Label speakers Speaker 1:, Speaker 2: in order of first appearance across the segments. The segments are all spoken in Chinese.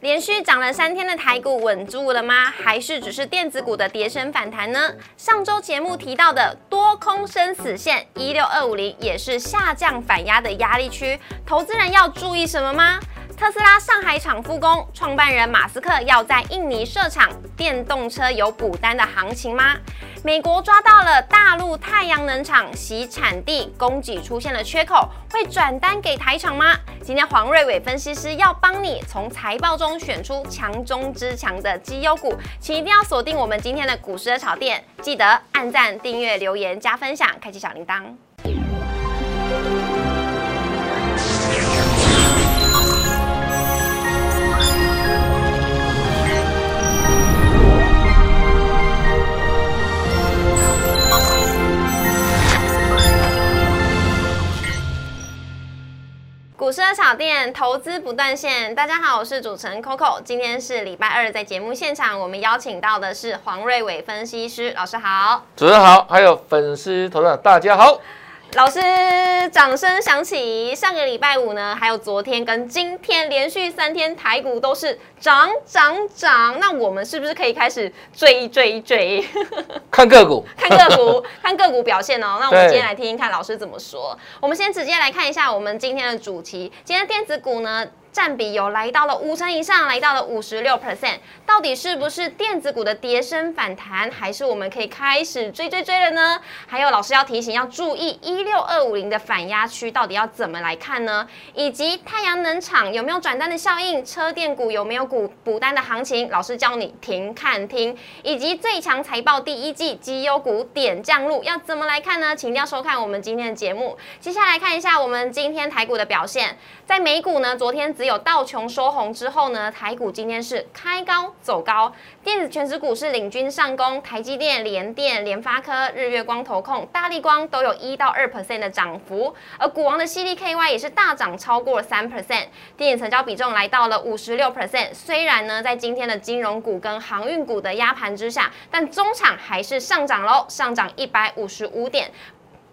Speaker 1: 连续涨了三天的台股稳住了吗？还是只是电子股的跌升反弹呢？上周节目提到的多空生死线一六二五零也是下降反压的压力区，投资人要注意什么吗？特斯拉上海厂复工，创办人马斯克要在印尼设厂，电动车有补单的行情吗？美国抓到了大陆太阳能厂洗产地供给出现了缺口，会转单给台厂吗？今天黄瑞伟分析师要帮你从财报中选出强中之强的绩优股，请一定要锁定我们今天的股市的炒店，记得按赞、订阅、留言、加分享，开启小铃铛。股市的炒店，投资不断线。大家好，我是主持人 Coco，今天是礼拜二，在节目现场我们邀请到的是黄瑞伟分析师，老师好，
Speaker 2: 主持人好，还有粉丝头长大家好。
Speaker 1: 老师，掌声响起。上个礼拜五呢，还有昨天跟今天连续三天台股都是涨涨涨，那我们是不是可以开始追追追？
Speaker 2: 看个股，
Speaker 1: 看个股，看个股表现哦。那我们
Speaker 2: 对
Speaker 1: 今天来听听看老师怎么说。我们先直接来看一下我们今天的主题。今天电子股呢占比有来到了五成以上，来到了五十六 percent。到底是不是电子股的跌升反弹，还是我们可以开始追追追了呢？还有老师要提醒要注意一六二五零的反压区到底要怎么来看呢？以及太阳能厂有没有转单的效应，车电股有没有股补单的行情，老师教你停看听，以及最强财报第一季绩优股点降入要怎么来看呢？请一定要收看我们今天的节目。接下来看一下我们今天台股的表现，在美股呢，昨天只有道琼收红之后呢，台股今天是开高走高，电子全指股是领军上攻，台积电、联电、联发科、日月光投控、大力光都有一到二 percent 的涨幅，而股王的 CDKY 也是大涨超过三 percent，电子成交比重来到了五十六 percent。虽然呢，在今天的金融股跟航运股的压盘之下，但中场还是上涨喽，上涨一百五十五点，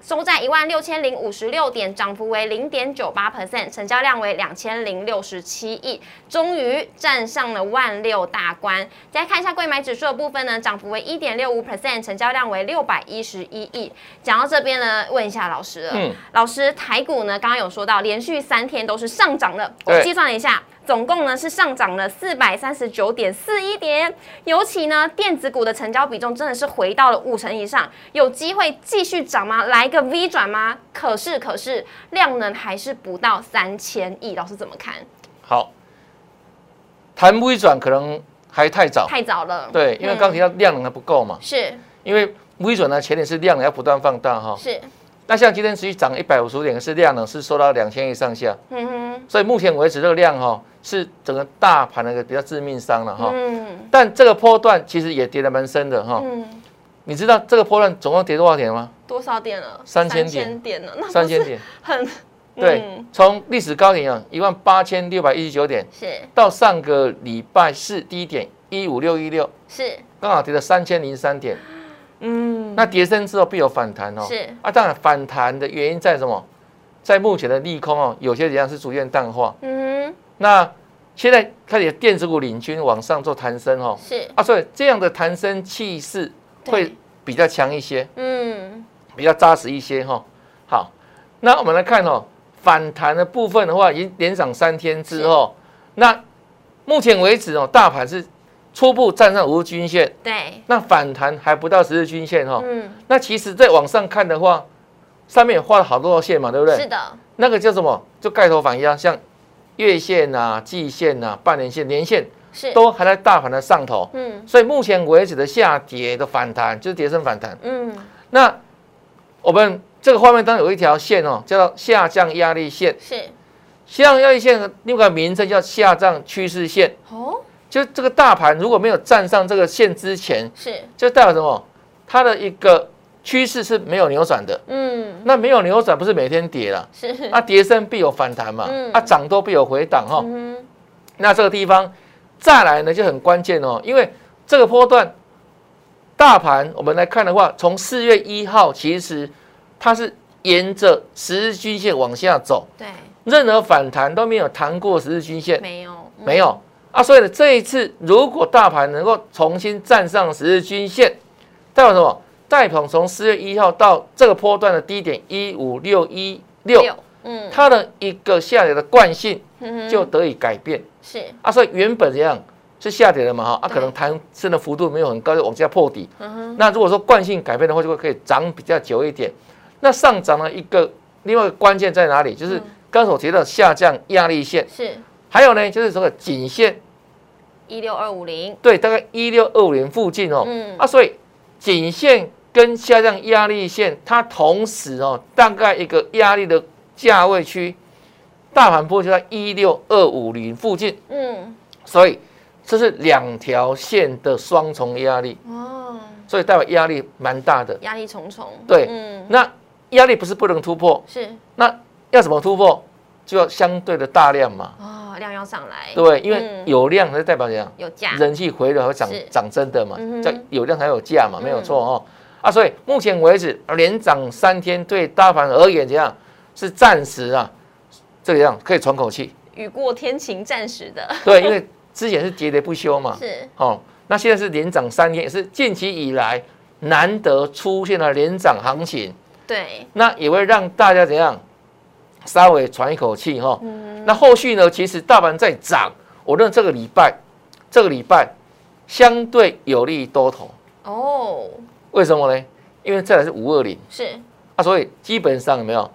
Speaker 1: 收在一万六千零五十六点，涨幅为零点九八 percent，成交量为两千零六十七亿，终于站上了万六大关。再看一下贵买指数的部分呢，涨幅为一点六五 percent，成交量为六百一十一亿。讲到这边呢，问一下老师了，
Speaker 2: 嗯
Speaker 1: 老师台股呢，刚刚有说到连续三天都是上涨的，我
Speaker 2: 对
Speaker 1: 计算了一下。总共呢是上涨了四百三十九点四一点，尤其呢电子股的成交比重真的是回到了五成以上，有机会继续涨吗？来个 V 转吗？可是可是量能还是不到三千亿，老师怎么看？
Speaker 2: 好，谈微转可能还太早，
Speaker 1: 太早了，
Speaker 2: 对，因为刚提到量能还不够嘛，
Speaker 1: 是
Speaker 2: 因为微转呢前提是量能要不断放大哈。
Speaker 1: 是，
Speaker 2: 那像今天持续涨一百五十五点，是量能是收到两千亿上下，
Speaker 1: 嗯哼，
Speaker 2: 所以目前为止这个量哈是整个大盘的一个比较致命伤了哈。
Speaker 1: 嗯
Speaker 2: 但这个波段其实也跌得蛮深的哈，
Speaker 1: 嗯，
Speaker 2: 你知道这个波段总共跌多少点吗？
Speaker 1: 多少点了？
Speaker 2: 三千点
Speaker 1: 点点了，那
Speaker 2: 三千
Speaker 1: 不是
Speaker 2: 点。
Speaker 1: 很
Speaker 2: 对
Speaker 1: 嗯，
Speaker 2: 从历史高点啊一万八千六百一十九点，
Speaker 1: 是
Speaker 2: 到上个礼拜四低点一五六一六，
Speaker 1: 是，
Speaker 2: 刚好跌了三千零三点。
Speaker 1: 嗯
Speaker 2: 那跌升之后必有反弹哦。
Speaker 1: 是
Speaker 2: 啊，当然反弹的原因在什么？在目前的利空哦，有些量是逐渐淡化。
Speaker 1: 嗯
Speaker 2: 那现在开始电子股领军往上做弹升哦
Speaker 1: 哼，是，
Speaker 2: 啊，所以这样的弹升气势
Speaker 1: 对
Speaker 2: 会比较强一些，
Speaker 1: 嗯
Speaker 2: 比较扎实一些哈、哦。好，那我们来看哦，反弹的部分的话，已经连涨三天之后，那目前为止哦，大盘是初步站上五日均线，
Speaker 1: 对，
Speaker 2: 那反弹还不到十日均线哈、哦。
Speaker 1: 嗯
Speaker 2: 那其实再往上看的话，上面也画了好多条线嘛，对不
Speaker 1: 是
Speaker 2: 对？
Speaker 1: 的，
Speaker 2: 那个叫什么？就盖头反压，像月线啊、季线啊、半年线、年线
Speaker 1: 是
Speaker 2: 都还在大盘的上头，
Speaker 1: 嗯
Speaker 2: 所以目前为止的下跌的反弹就是跌升反弹。
Speaker 1: 嗯
Speaker 2: 那我们这个画面当中有一条线哦，叫做下降压力线。
Speaker 1: 是
Speaker 2: 下降压力线的另外一个名称叫下降趋势线，
Speaker 1: 哦
Speaker 2: 就这个大盘如果没有站上这个线之前，
Speaker 1: 是
Speaker 2: 就代表什么？它的一个趋势是没有扭转的。
Speaker 1: 嗯
Speaker 2: 那没有扭转，不是每天跌了，
Speaker 1: 是
Speaker 2: 啊，跌升必有反弹嘛
Speaker 1: 嗯，
Speaker 2: 啊，涨多必有回档哈。
Speaker 1: 嗯
Speaker 2: 那这个地方再来呢就很关键哦，因为这个波段大盘我们来看的话，从四月一号其实它是沿着十日均线往下走，
Speaker 1: 对
Speaker 2: 任何反弹都没有弹过十日均线，
Speaker 1: 没有嗯
Speaker 2: 没有。啊，所以呢，这一次如果大盘能够重新站上十日均线，代表什么？代表从四月一号到这个波段的低点一五六一六，
Speaker 1: 六，嗯，
Speaker 2: 它的一个下跌的惯性
Speaker 1: 嗯哼
Speaker 2: 就得以改变
Speaker 1: 是，
Speaker 2: 啊。所以原本这样是下跌的嘛哈，啊，
Speaker 1: 对
Speaker 2: 可能弹升的幅度没有很高，就往下破底。
Speaker 1: 嗯哼，
Speaker 2: 那如果说惯性改变的话，就会可以涨比较久一点。那上涨的一个另外一个关键在哪里？就是
Speaker 1: 嗯
Speaker 2: 刚才我提到下降压力线，
Speaker 1: 是
Speaker 2: 还有呢就是这个颈线，
Speaker 1: 一六二五零，
Speaker 2: 对，大概一六二五零附近哦。
Speaker 1: 嗯
Speaker 2: 啊，所以颈线跟下降压力线，它同时哦，大概一个压力的价位区，大盘波就在一六二五零附近，
Speaker 1: 嗯，
Speaker 2: 所以这是两条线的双重压力，
Speaker 1: 哦，
Speaker 2: 所以代表压力蛮大的。
Speaker 1: 压力重重，
Speaker 2: 对
Speaker 1: 嗯，
Speaker 2: 那压力不是不能突破，
Speaker 1: 是，
Speaker 2: 那要怎么突破？就要相对的大量嘛，
Speaker 1: 哦，量要上来，
Speaker 2: 对不对？因为
Speaker 1: 嗯
Speaker 2: 有量才代表怎样，
Speaker 1: 有价，
Speaker 2: 人气回流还会涨
Speaker 1: 是
Speaker 2: 涨真的嘛
Speaker 1: 嗯哼，
Speaker 2: 叫有量才有价嘛，
Speaker 1: 嗯
Speaker 2: 没有错哦。啊，所以目前为止连涨三天，对大盘而言怎样是暂时啊，这个样可以喘口气，
Speaker 1: 雨过天晴，暂时的，
Speaker 2: 对，因为之前是喋喋不休嘛，
Speaker 1: 是，
Speaker 2: 哦，那现在是连涨三天，也是近期以来难得出现了连涨行情，
Speaker 1: 对，
Speaker 2: 那也会让大家怎样稍微喘一口气哈、
Speaker 1: 嗯，
Speaker 2: 那后续呢？其实大盘在涨，我认为这个礼拜，这个礼拜相对有利于多头。
Speaker 1: 哦，
Speaker 2: 为什么呢？因为再来是五二零
Speaker 1: 是，
Speaker 2: 啊，所以基本上有没有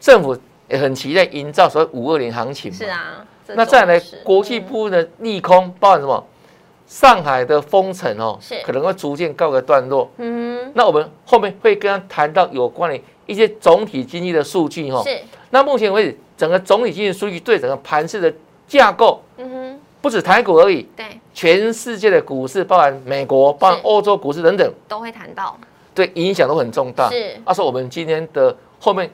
Speaker 2: 政府也很期待营造所谓五二零行情嘛。
Speaker 1: 是。啊，这
Speaker 2: 那再来
Speaker 1: 总是
Speaker 2: 国际
Speaker 1: 嗯
Speaker 2: 部的利空，包含什么？上海的封城哦
Speaker 1: 是，
Speaker 2: 可能会逐渐告个段落。
Speaker 1: 嗯
Speaker 2: 那我们后面会跟他谈到有关于一些总体经济的数据
Speaker 1: 哼，
Speaker 2: 哦。
Speaker 1: 是，
Speaker 2: 那目前为止，整个总体经济数据对整个盘市的架构。
Speaker 1: 嗯哼，
Speaker 2: 不止台股而已，
Speaker 1: 对，
Speaker 2: 全世界的股市，包含美国、包含
Speaker 1: 是
Speaker 2: 欧洲股市等等，
Speaker 1: 都会谈到，
Speaker 2: 对影响都很重大。
Speaker 1: 是
Speaker 2: 啊，所以我们今天的后面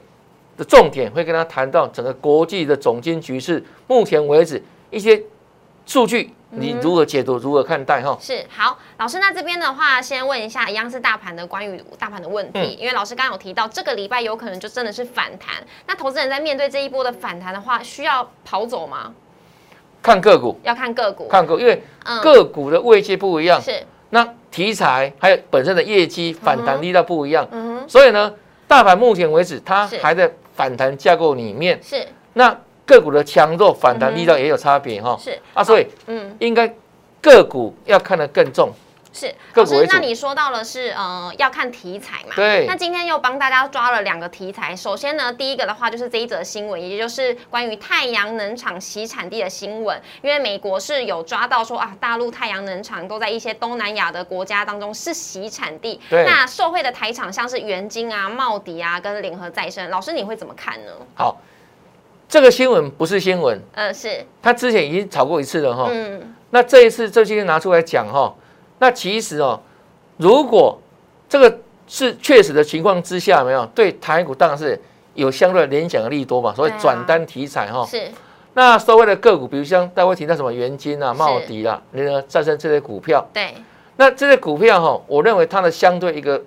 Speaker 2: 的重点会跟他谈到整个国际的总经局势，目前为止一些数据
Speaker 1: 嗯
Speaker 2: 你如何解读、如何看待哈？
Speaker 1: 是好，老师，那这边的话，先问一下，一样是大盘的关于大盘的问题，
Speaker 2: 嗯
Speaker 1: 因为老师刚刚有提到，这个礼拜有可能就真的是反弹。那投资人在面对这一波的反弹的话，需要跑走吗？
Speaker 2: 看个股，
Speaker 1: 要看个股，
Speaker 2: 看个，因为
Speaker 1: 嗯
Speaker 2: 个股的位阶不一样，
Speaker 1: 是，嗯
Speaker 2: 那题材还有本身的业绩反弹力道不一样，
Speaker 1: 嗯哼，
Speaker 2: 所以呢，大盘目前为止它
Speaker 1: 是
Speaker 2: 还在反弹架构里面。
Speaker 1: 是
Speaker 2: 那个股的强弱反弹力道也有差别哈、
Speaker 1: 嗯是，
Speaker 2: 啊，所以
Speaker 1: 嗯
Speaker 2: 应该个股要看得更重。
Speaker 1: 是。
Speaker 2: 个
Speaker 1: 老
Speaker 2: 股为
Speaker 1: 师，
Speaker 2: 主
Speaker 1: 那你说到了是呃要看题材嘛？
Speaker 2: 对
Speaker 1: 那今天又帮大家抓了两个题材，首先呢，第一个的话就是这一则新闻，也就是关于太阳能厂洗产地的新闻，因为美国是有抓到说啊，大陆太阳能厂都在一些东南亚的国家当中是洗产地，
Speaker 2: 对
Speaker 1: 那受惠的台厂像是元晶啊、茂迪啊跟联合再生，老师你会怎么看呢？
Speaker 2: 好，这个新闻不是新闻，
Speaker 1: 呃，是，
Speaker 2: 它之前已经炒过一次了哈、
Speaker 1: 嗯，
Speaker 2: 那这一次这些拿出来讲哈，那其实哦，如果这个是确实的情况之下，有没有对台股当然是有相对的联想的利多嘛，所谓
Speaker 1: 对啊
Speaker 2: 转单题材哈、
Speaker 1: 是，
Speaker 2: 那所谓的个股，比如像大家会提到什么元金啊、茂迪啊、联合再生这类股票。
Speaker 1: 对，
Speaker 2: 那这类股票哈、我认为它的相对一个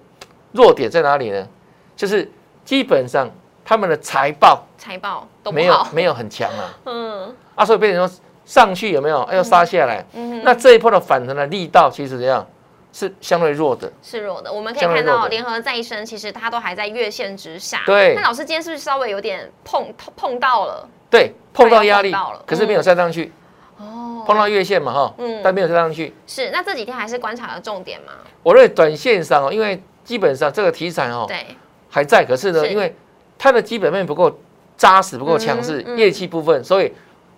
Speaker 2: 弱点在哪里呢？就是基本上他们的财报
Speaker 1: 财报都不
Speaker 2: 没有
Speaker 1: 好，
Speaker 2: 没有很强啊，
Speaker 1: 嗯
Speaker 2: 啊，所以变成说上去有没有哎要杀下来？
Speaker 1: 嗯哼。
Speaker 2: 那这一波的反弹的力道其实怎样是相对弱的，
Speaker 1: 是弱的，我们可以
Speaker 2: 相对
Speaker 1: 看到
Speaker 2: 弱的
Speaker 1: 联合再生，其实它都还在月线之下。
Speaker 2: 对
Speaker 1: 那老师今天是不是稍微有点碰碰碰到了？
Speaker 2: 对，碰到压力
Speaker 1: 快要碰到了，
Speaker 2: 可是没有站上去，
Speaker 1: 哦，
Speaker 2: 碰到月线嘛哈
Speaker 1: 嗯，
Speaker 2: 但没有站上去。
Speaker 1: 是。那这几天还是观察的重点嘛？
Speaker 2: 我认为短线上哦，因为基本上这个题材哦
Speaker 1: 对，
Speaker 2: 还在，可是呢，
Speaker 1: 是
Speaker 2: 因为它的基本面不够扎实、不够强势
Speaker 1: 嗯，嗯
Speaker 2: 业绩部分，所以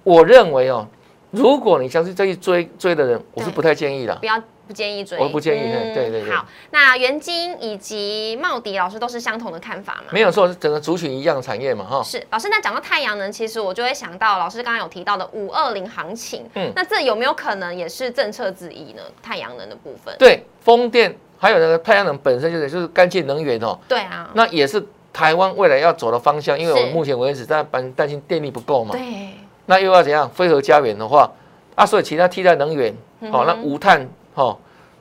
Speaker 2: 我认为哦，如果你想去再去追追的人，我是
Speaker 1: 对
Speaker 2: 不太建议的
Speaker 1: 不。要不建议追，嗯
Speaker 2: 我不建议嘿对对对
Speaker 1: 好，那元金以及茂迪老师都是相同的看法嘛？
Speaker 2: 没有说整个族群一样产业嘛，哈，
Speaker 1: 是老师，那讲到太阳能，其实我就会想到老师刚刚有提到的五二零行情，
Speaker 2: 嗯
Speaker 1: 那这有没有可能也是政策之一呢？太阳能的部分，
Speaker 2: 对，风电还有那个太阳能本身就是就是干净能源哦，
Speaker 1: 对啊，
Speaker 2: 那也是台湾未来要走的方向，因为我们
Speaker 1: 是
Speaker 2: 目前为止在担担心电力不够嘛，
Speaker 1: 对，
Speaker 2: 那又要怎样非核家园的话，啊，所以其他替代能源，
Speaker 1: 嗯
Speaker 2: 好、那
Speaker 1: 哼
Speaker 2: 无碳哦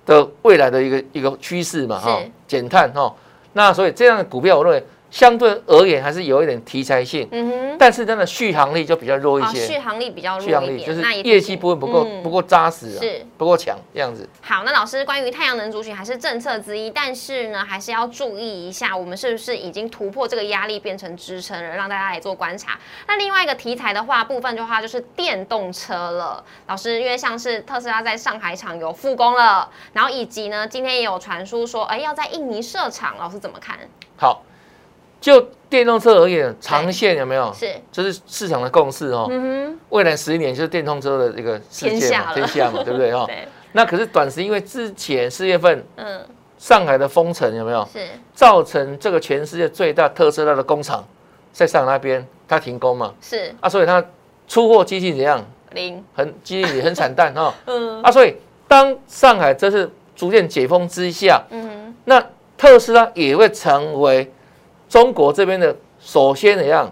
Speaker 2: 的未来的一个一个趋势嘛，哈、哦
Speaker 1: 是
Speaker 2: 减碳哈、那所以这样的股票，我认为相对而言还是有一点题材性，
Speaker 1: 嗯哼，
Speaker 2: 但是它的续航力就比较弱一
Speaker 1: 好，
Speaker 2: 些
Speaker 1: 续。航力比较
Speaker 2: 续航
Speaker 1: 弱一
Speaker 2: 力就
Speaker 1: 点，
Speaker 2: 是
Speaker 1: 那也
Speaker 2: 业绩部分不够
Speaker 1: 嗯
Speaker 2: 不够扎实、啊，
Speaker 1: 是
Speaker 2: 不够强这样子。
Speaker 1: 好，那老师关于太阳能族群还是政策之一，但是呢，还是要注意一下，我们是不是已经突破这个压力变成支撑了，让大家来做观察。那另外一个题材的话，部分的话就是电动车了。老师，因为像是特斯拉在上海厂有复工了，然后以及呢，今天也有传出说，哎，要在印尼设厂，老师怎么看？
Speaker 2: 好，就电动车而言，长线有没有？
Speaker 1: 是，
Speaker 2: 这是市场的共识哦。
Speaker 1: 嗯
Speaker 2: 未来十年就是电动车的这个世界嘛，
Speaker 1: 天下了
Speaker 2: 天下嘛，对不对
Speaker 1: 哼，
Speaker 2: 哈？
Speaker 1: 对，
Speaker 2: 那可是短时，因为之前四月份
Speaker 1: 嗯，
Speaker 2: 上海的封城有没有
Speaker 1: 是
Speaker 2: 造成这个全世界最大特斯拉的工厂在上海那边它停工嘛？
Speaker 1: 是
Speaker 2: 啊，所以它出货机器怎样？
Speaker 1: 零，
Speaker 2: 很机器很惨淡哈、
Speaker 1: 嗯
Speaker 2: 啊，所以当上海这次逐渐解封之下，
Speaker 1: 嗯
Speaker 2: 那特斯拉也会成为中国这边的首先怎样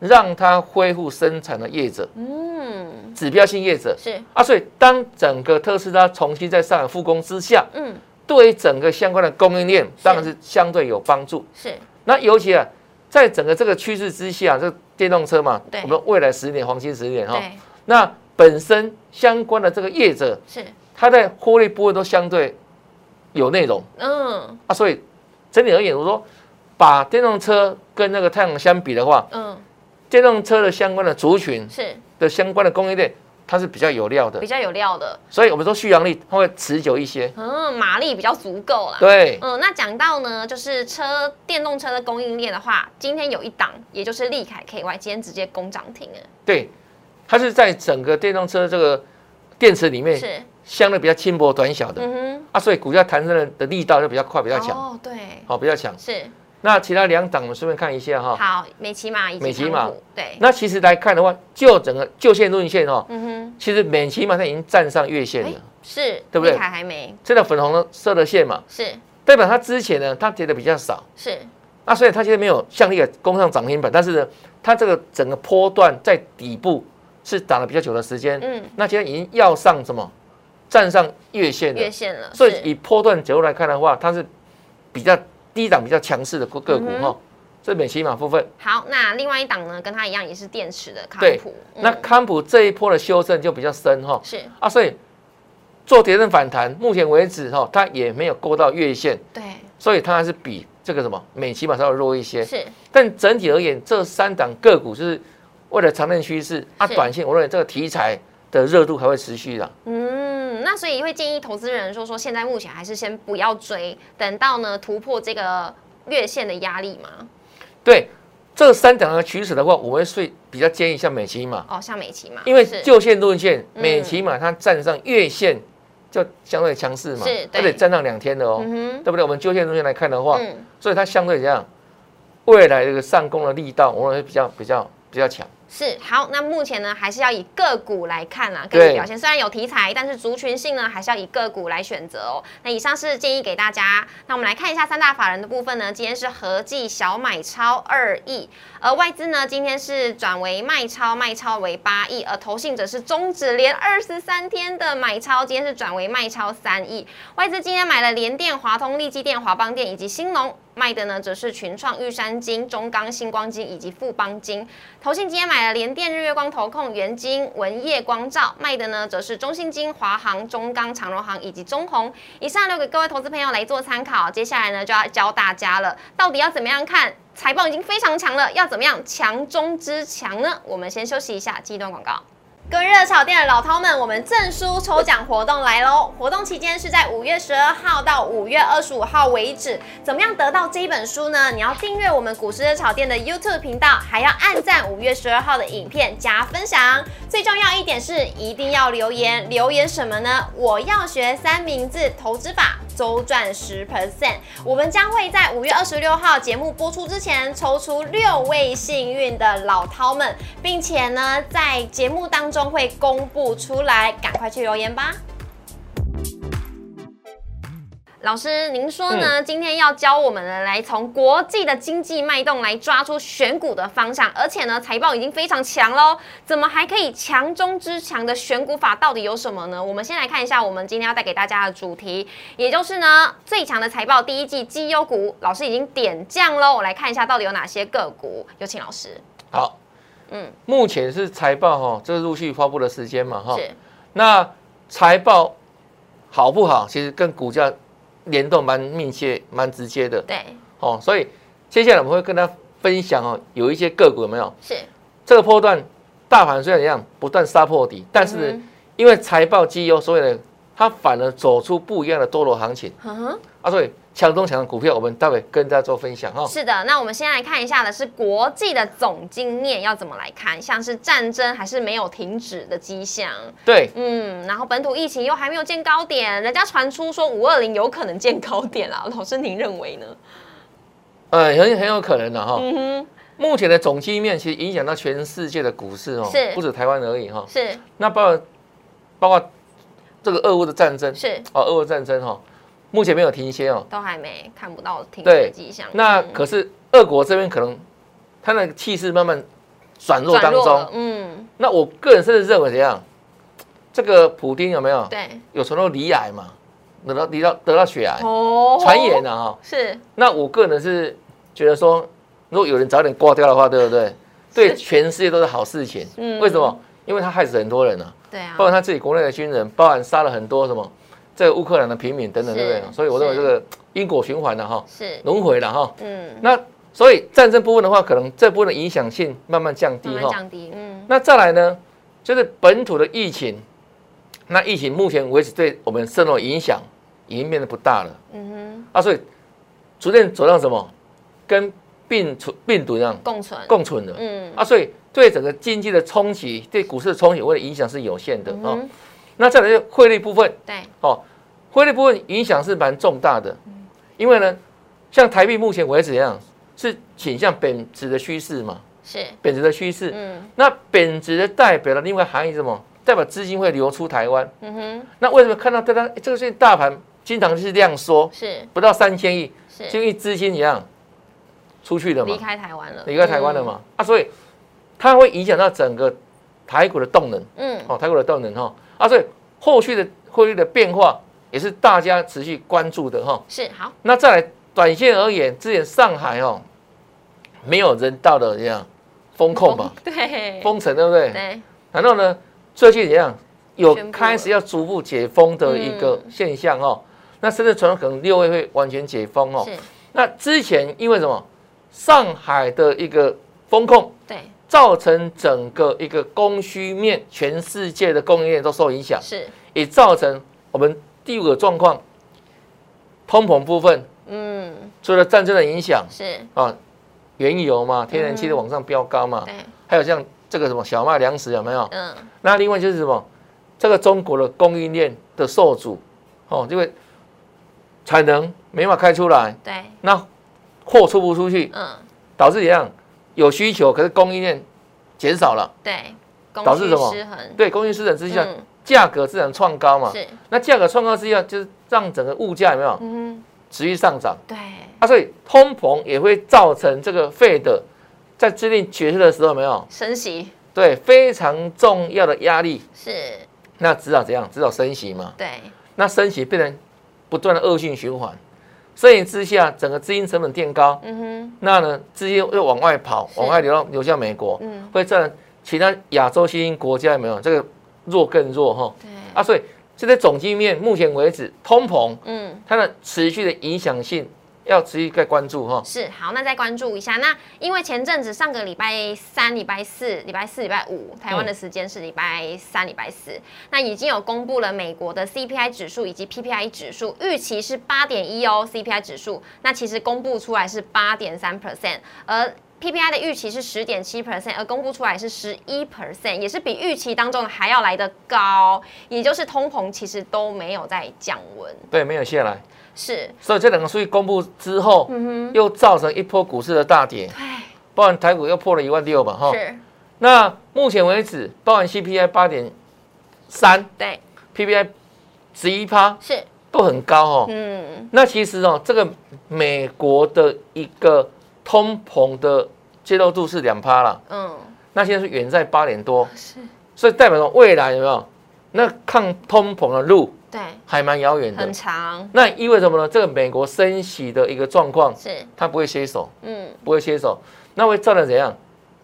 Speaker 2: 让它恢复生产的业者，
Speaker 1: 哼嗯，
Speaker 2: 指标性业者
Speaker 1: 是，
Speaker 2: 啊。所以当整个特斯拉重新在上海复工之下，
Speaker 1: 嗯
Speaker 2: 对于整个相关的供应链当然是相对有帮助。
Speaker 1: 是，
Speaker 2: 那尤其啊，在整个这个趋势之下，这电动车嘛
Speaker 1: 对，
Speaker 2: 我们未来十年黄金十年哈，
Speaker 1: 对，
Speaker 2: 那本身相关的这个业者，
Speaker 1: 是，
Speaker 2: 它在获利部分都相对有内容。
Speaker 1: 嗯
Speaker 2: 啊，所以整体而言，我说把电动车跟那个太阳能相比的话，
Speaker 1: 嗯
Speaker 2: 电动车的相关的族群
Speaker 1: 是。
Speaker 2: 的相关的供应链，它是比较有料的
Speaker 1: 比，较有料的，
Speaker 2: 所以我们说续航力它会持久一些。
Speaker 1: 嗯，马力比较足够啦。
Speaker 2: 对，
Speaker 1: 嗯，那讲到呢，就是车电动车的供应链的话，今天有一档，也就是利凯 KY，今天直接攻涨停了，
Speaker 2: 对，它是在整个电动车这个电池里面
Speaker 1: 是，
Speaker 2: 相对比较轻薄短小的
Speaker 1: 嗯
Speaker 2: 啊，所以股价弹升的的力道就比较快，比
Speaker 1: 哼，
Speaker 2: 较强，
Speaker 1: 哦，对，
Speaker 2: 好，比较强。
Speaker 1: 是，
Speaker 2: 那其他两档我们顺便看一下哈。
Speaker 1: 好，美骑马以及
Speaker 2: 美骑
Speaker 1: 长
Speaker 2: 马
Speaker 1: 谷，对，
Speaker 2: 那其实来看的话，就整个就线论线哦，
Speaker 1: 嗯
Speaker 2: 其实美期嘛它已经站上月线
Speaker 1: 哎
Speaker 2: 了，
Speaker 1: 哼，是，
Speaker 2: 对不对
Speaker 1: 利凯还没，
Speaker 2: 这条粉红色的线嘛，
Speaker 1: 是
Speaker 2: 代表它之前呢，它跌的比较少，
Speaker 1: 是，
Speaker 2: 那虽然它现在没有像那个攻上涨停板，但是呢，它这个整个波段在底部是打了比较久的时间，
Speaker 1: 嗯，
Speaker 2: 那现在已经要上什么，站上月线了
Speaker 1: 越，线了，
Speaker 2: 所以
Speaker 1: 是
Speaker 2: 以波段角度来看的话，它是比较低档比较强势的个个股
Speaker 1: 嗯哼
Speaker 2: 哈、这美期马部分，
Speaker 1: 好，那另外一档呢，跟它一样也是电池的康
Speaker 2: 对
Speaker 1: 普，嗯
Speaker 2: 那康普这一波的修正就比较深哈、
Speaker 1: 是
Speaker 2: 啊，所以做跌升反弹，目前为止哈、它也没有过到月线，
Speaker 1: 对，
Speaker 2: 所以它还是比这个什么美期马稍微弱一些。
Speaker 1: 是
Speaker 2: 但整体而言，这三档个股就是为了长线趋势，啊，
Speaker 1: 是
Speaker 2: 短线我认为这个题材的热度还会持续的。
Speaker 1: 嗯，那所以会建议投资人说说，现在目前还是先不要追，等到呢突破这个月线的压力嘛。
Speaker 2: 对这三档的趋势的话，我会是比较建议像美琪嘛，
Speaker 1: 哦，像美琪嘛，
Speaker 2: 因为
Speaker 1: 是
Speaker 2: 就线论线，
Speaker 1: 嗯
Speaker 2: 美琪嘛它站上月线就相对强势嘛
Speaker 1: 是，对
Speaker 2: 而且站上两天了哦，
Speaker 1: 嗯
Speaker 2: 对不对？我们就线论线来看的
Speaker 1: 哼，
Speaker 2: 话，
Speaker 1: 嗯，
Speaker 2: 所以它相对这样，未来这个上攻的力道，我认为比较比较比较强。
Speaker 1: 是好。那目前呢，还是要以个股来看啦，个
Speaker 2: 对
Speaker 1: 股表现虽然有题材，但是族群性呢，还是要以个股来选择哦。那以上是建议给大家。那我们来看一下三大法人的部分呢，今天是合计小买超二亿，而外资呢今天是转为卖超，卖超为八亿，而投信者是终止连二十三天的买超，今天是转为卖超三亿。外资今天买了联电、华通、利基电、华邦电以及兴隆，卖的呢则是群创、玉山金、中钢、星光金以及富邦金。投信今天买了联电、日月光投控、元金、文业光照，卖的呢则是中信金、华航、中钢、长荣航以及中红。以上留给各位投资朋友来做参考。接下来呢就要教大家了，到底要怎么样看？财报已经非常强了，要怎么样强中之强呢？我们先休息一下，记一段广告。各位热炒店的老饕们，我们证书抽奖活动来喽！活动期间是在五月十二号到五月二十五号为止。怎么样得到这一本书呢？你要订阅我们股市热炒店的 YouTube 频道，还要按赞五月十二号的影片加分享。最重要一点是，一定要留言，留言什么呢？我要学三明治投资法。周赚十 percent。我们将会在五月二十六号节目播出之前，抽出六位幸运的老饕们，并且呢，在节目当中会公布出来，赶快去留言吧。老师，您说呢？今天要教我们呢来从国际的经济脉动来抓出选股的方向，而且呢，财报已经非常强喽，怎么还可以强中之强的选股法到底有什么呢？我们先来看一下我们今天要带给大家的主题，也就是呢最强的财报第一季绩优股，老师已经点将喽。我来看一下到底有哪些个股，有请老师。
Speaker 2: 好，
Speaker 1: 嗯，
Speaker 2: 目前是财报哈、这是陆续发布的时间嘛哈、
Speaker 1: 是
Speaker 2: 那财报好不好，其实跟股价联动蛮密切、蛮直接的
Speaker 1: 对，
Speaker 2: 哦。所以接下来我们会跟他分享哦，有一些个股有没有？
Speaker 1: 是
Speaker 2: 这个波段大盘虽然一样不断杀破底，但是
Speaker 1: 嗯
Speaker 2: 呢因为财报绩优，所以呢它反而走出不一样的多头行情
Speaker 1: 哼哼。
Speaker 2: 啊。所以强中强的股票，我们待会跟大家做分享哈、哦。
Speaker 1: 是的，那我们先来看一下的是国际的总经面要怎么来看，像是战争还是没有停止的迹象，
Speaker 2: 对，
Speaker 1: 嗯，然后本土疫情又还没有见高点，人家传出说五二零有可能见高点啦， 老师您认为呢？
Speaker 2: 呃，很很有可能的哈、
Speaker 1: 嗯哼，
Speaker 2: 目前的总基面其实影响到全世界的股市哦
Speaker 1: 是，
Speaker 2: 不止台湾而已哦哈、
Speaker 1: 是
Speaker 2: 那包括包括这个俄乌的战争
Speaker 1: 是，
Speaker 2: 哦，俄乌战争哈、目前没有停歇哦。
Speaker 1: 都还没看不到停止的
Speaker 2: 对
Speaker 1: 迹象，
Speaker 2: 那
Speaker 1: 嗯
Speaker 2: 可是俄国这边可能它的气势慢慢转弱当
Speaker 1: 转弱了
Speaker 2: 中。
Speaker 1: 嗯，
Speaker 2: 那我个人甚至认为怎样？这个普丁有没有
Speaker 1: 对，
Speaker 2: 有传到离癌嘛？得到得到得到血癌，
Speaker 1: 哦
Speaker 2: 传言啊哈。
Speaker 1: 是
Speaker 2: 那我个人是觉得说，如果有人早点挂掉的话，对不对？对全世界都是好事情。
Speaker 1: 嗯
Speaker 2: 为什么？因为他害死很多人啊，
Speaker 1: 对啊
Speaker 2: 包，括他自己国内的军人，包含杀了很多什么这个乌克兰的平民等等，
Speaker 1: 是
Speaker 2: 对不对？所以我认为
Speaker 1: 是
Speaker 2: 这个因果循环的啊哈，
Speaker 1: 是，
Speaker 2: 轮回了哈。
Speaker 1: 嗯，
Speaker 2: 那所以战争部分的话，可能这部分的影响性慢慢降低
Speaker 1: 慢慢
Speaker 2: 哈。
Speaker 1: 降低，嗯，
Speaker 2: 那再来呢，就是本土的疫情，那疫情目前为止对我们渗透的影响已经变得不大了。
Speaker 1: 嗯
Speaker 2: 啊，所以逐渐走向什么？跟病存病毒一样
Speaker 1: 哼，共存，
Speaker 2: 共存的
Speaker 1: 嗯，
Speaker 2: 啊，所以对整个经济的冲击，对股市的冲击，我的影响是有限的
Speaker 1: 嗯
Speaker 2: 哦。
Speaker 1: 哼，
Speaker 2: 那再来就是汇率部分
Speaker 1: 对，
Speaker 2: 哦，汇率部分影响是蛮重大的，因为呢，像台币目前为止一样是倾向贬值的趋势嘛，
Speaker 1: 是，
Speaker 2: 贬值的趋势。
Speaker 1: 嗯
Speaker 2: 那贬值的代表了另外含义是什么？代表资金会流出台湾。
Speaker 1: 嗯哼。
Speaker 2: 那为什么看到大家诶这个是大盘经常就是量缩，
Speaker 1: 是
Speaker 2: 不到三千亿，就是因为资金一样出去了嘛
Speaker 1: 离，开嗯台湾了，
Speaker 2: 离开台湾了嘛，啊，所以它会影响到整个台股的动能
Speaker 1: 嗯？嗯，
Speaker 2: 哦，台股的动能哈，啊，所以后续的汇率的变化也是大家持续关注的哈、
Speaker 1: 是好，
Speaker 2: 那再来短线而言，之前上海哦没有人道的这样封控嘛，
Speaker 1: 对，
Speaker 2: 封城对不对？
Speaker 1: 对，
Speaker 2: 然后呢，最近怎样有
Speaker 1: 宣布了嗯
Speaker 2: 开始要逐步解封的一个现象哦，那甚至传可能六月会完全解封哦。
Speaker 1: 是，
Speaker 2: 那之前因为什么？上海的一个风控，
Speaker 1: 对，
Speaker 2: 造成整个一个供需面，全世界的供应链都受影响，
Speaker 1: 是，
Speaker 2: 也造成我们第五个状况，通膨部分
Speaker 1: 嗯，
Speaker 2: 除了战争的影响
Speaker 1: 是，
Speaker 2: 啊，原油嘛，天然
Speaker 1: 嗯
Speaker 2: 气的往上飙高嘛，
Speaker 1: 对，
Speaker 2: 还有像这个什么小麦粮食有没有？
Speaker 1: 嗯，
Speaker 2: 那另外就是什么，这个中国的供应链的受阻哦，因为产能没法开出来，
Speaker 1: 对，
Speaker 2: 那货出不出去，
Speaker 1: 嗯，
Speaker 2: 导致怎样？有需求，可是供应链减少了，
Speaker 1: 对，供
Speaker 2: 导致
Speaker 1: 需
Speaker 2: 什么
Speaker 1: 失衡，
Speaker 2: 对，供应失衡之下，
Speaker 1: 嗯
Speaker 2: 价格自然创高嘛。
Speaker 1: 是，
Speaker 2: 那价格创高之下，就是让整个物价有没有
Speaker 1: 嗯，
Speaker 2: 持续上涨
Speaker 1: 对，
Speaker 2: 啊？所以通膨也会造成这个 Fed 在制定决策的时候有没有
Speaker 1: 升息
Speaker 2: 对非常重要的压力。
Speaker 1: 是，
Speaker 2: 那只好怎样？只好升息嘛。
Speaker 1: 对，
Speaker 2: 那升息变成不断的恶性循环，升息之下，整个资金成本垫高，
Speaker 1: 嗯哼，
Speaker 2: 那呢资金又往外跑，
Speaker 1: 是
Speaker 2: 往外流到流向美国。
Speaker 1: 嗯，
Speaker 2: 会占其他亚洲新兴国家有没有这个弱更弱哈
Speaker 1: 对，
Speaker 2: 啊，所以这在总经面目前为止，通膨
Speaker 1: 嗯。
Speaker 2: 它的持续的影响性要持续在关注哈。
Speaker 1: 是好，那再关注一下。那因为前阵子上个礼拜三、礼拜四、礼拜四、礼拜五，台湾的时间是礼拜三、礼拜四，那已经有公布了美国的 CPI 指数以及 PPI 指数，预期是八点一哦，CPI 指数，那其实公布出来是八点三 percent，而 PPI 的预期是十点七 percent，而公布出来是十一 percent，也是比预期当中的还要来得高，也就是通膨其实都没有在降温，
Speaker 2: 对，没有下来，
Speaker 1: 是，
Speaker 2: 所以这两个数据公布之后，
Speaker 1: 嗯
Speaker 2: 又造成一波股市的大跌，
Speaker 1: 哼，
Speaker 2: 包含台股又破了一万六吧哈
Speaker 1: 对，。是，
Speaker 2: 那目前为止，包含 CPI 八点三
Speaker 1: 对，
Speaker 2: ，PPI 十一趴，
Speaker 1: 是，
Speaker 2: 不都很高哦。
Speaker 1: 嗯，
Speaker 2: 那其实哦，这个美国的一个通膨的揭露度是两趴啦，
Speaker 1: 嗯，
Speaker 2: 那现在是远在八点多，
Speaker 1: 啊是，
Speaker 2: 所以代表说未来有没有那抗通膨的路
Speaker 1: 对，
Speaker 2: 还蛮遥远的
Speaker 1: 很。长，
Speaker 2: 那意味什么呢？这个美国升息的一个状况，
Speaker 1: 是，
Speaker 2: 它不会歇手，
Speaker 1: 嗯，
Speaker 2: 不会歇手，那会造成怎样？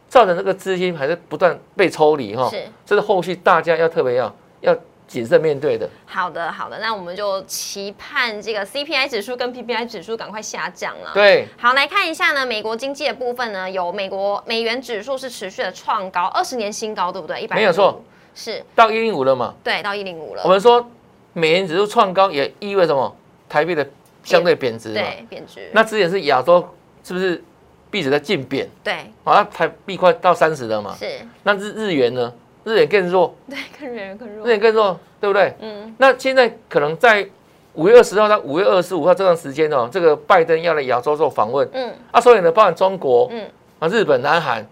Speaker 2: 造成这个资金还是不断被抽离哈、
Speaker 1: 是。
Speaker 2: 这是后续大家要特别要要谨慎面对的。
Speaker 1: 好的，好的，那我们就期盼这个 CPI 指数跟 PPI 指数赶快下降了。
Speaker 2: 对，
Speaker 1: 好，来看一下呢，美国经济的部分呢，有美国美元指数是持续的创高，二十年新高，对不对？一百
Speaker 2: 没有错，哦
Speaker 1: 是
Speaker 2: 到一零五了嘛，
Speaker 1: 对，到一零五了
Speaker 2: 我，们说美元指数创高也意味什么？台币的相对贬值嘛。
Speaker 1: 对，贬值，
Speaker 2: 啊那之前是亚洲是不是币值在净贬？
Speaker 1: 对，
Speaker 2: 好，那台币快到三十了嘛，
Speaker 1: 是，
Speaker 2: 那日日元呢？日元更弱，
Speaker 1: 对，更人更
Speaker 2: 日
Speaker 1: 弱，
Speaker 2: 元更弱，对不对？
Speaker 1: 嗯，
Speaker 2: 那现在可能在五月二十号到五月二十五号这段时间哦，这个拜登要来亚洲做访问
Speaker 1: 嗯
Speaker 2: 啊，所以呢，包含中国、
Speaker 1: 嗯，
Speaker 2: 啊、日本、南韩，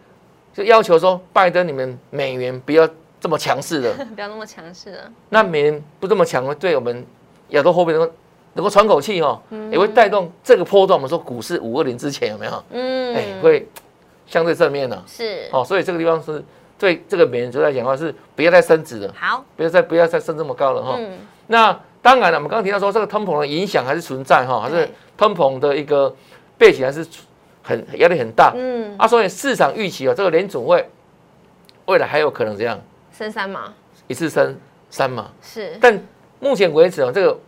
Speaker 2: 就要求说拜登你们美元不要这么强势 了。
Speaker 1: 不要那么强势了，
Speaker 2: 那美元不这么强，对我们亚洲后面能够能够喘口气哦，
Speaker 1: 嗯
Speaker 2: 也会带动这个波段。我们说股市五二零之前有没有？哎，
Speaker 1: 嗯，
Speaker 2: 会相对正面的、
Speaker 1: 是，
Speaker 2: 哦，所以这个地方是对这个美元指数来讲的话，是不要再升值了，
Speaker 1: 好，
Speaker 2: 不要再不要再升这么高了哈、
Speaker 1: 嗯，
Speaker 2: 那当然了，我们刚刚提到说这个通膨的影响还是存在哈、还是
Speaker 1: 对
Speaker 2: 通膨的一个背景还是很压力很大
Speaker 1: 嗯，
Speaker 2: 啊。所以市场预期哦，这个联总会未来还有可能怎样
Speaker 1: 升三嘛，
Speaker 2: 一次升三码，
Speaker 1: 是，
Speaker 2: 但目前为止哦，这个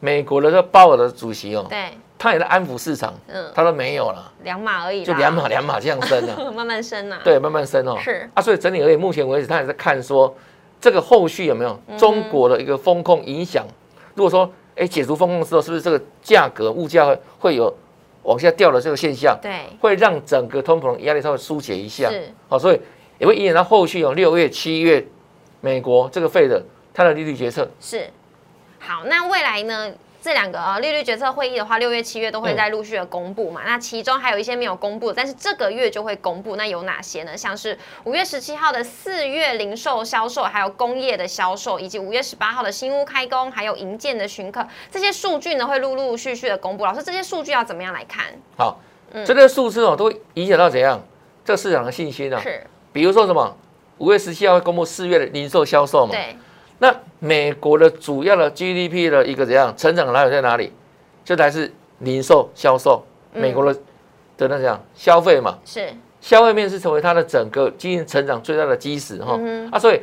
Speaker 2: 美国的这个鲍尔的主席哦，
Speaker 1: 对，
Speaker 2: 他也在安抚市场，
Speaker 1: 嗯，
Speaker 2: 他说没有了，
Speaker 1: 两码而已啦，
Speaker 2: 就两码两码这样升啊。
Speaker 1: 慢慢升呐，，
Speaker 2: 对，慢慢升哦。
Speaker 1: 是
Speaker 2: 啊，所以整体而言，目前为止，他也在看说这个后续有没有
Speaker 1: 嗯
Speaker 2: 中国的一个风控影响。如果说哎解除风控之后，是不是这个价格物价会会有往下掉的这个现象，
Speaker 1: 对，
Speaker 2: 会让整个通膨压力稍微疏解一下？
Speaker 1: 是，
Speaker 2: 好，所以也会影响到后续有哦六月、七月美国这个费的它的利率决策。
Speaker 1: 是，好，那未来呢？这两个呃利率决策会议的话，六月、七月都会
Speaker 2: 嗯
Speaker 1: 在陆续的公布嘛。那其中还有一些没有公布，但是这个月就会公布。那有哪些呢？像是五月十七号的四月零售销售，还有工业的销售，以及五月十八号的新屋开工，还有营建的巡客，这些数据呢会陆陆续续的公布。老师，这些数据要怎么样来看？
Speaker 2: 好，
Speaker 1: 嗯
Speaker 2: 这个数字哦，都会影响到怎样这市场的信心啊？
Speaker 1: 是，
Speaker 2: 比如说什么？五月十七号会公布四月的零售销售嘛？
Speaker 1: 对，
Speaker 2: 那美国的主要的 GDP 的一个怎样成长来源在哪里？就来自零售销售，美国的的那怎样消费嘛，
Speaker 1: 是，
Speaker 2: 消费面是成为它的整个经济成长最大的基石哈
Speaker 1: 嗯。
Speaker 2: 啊，所以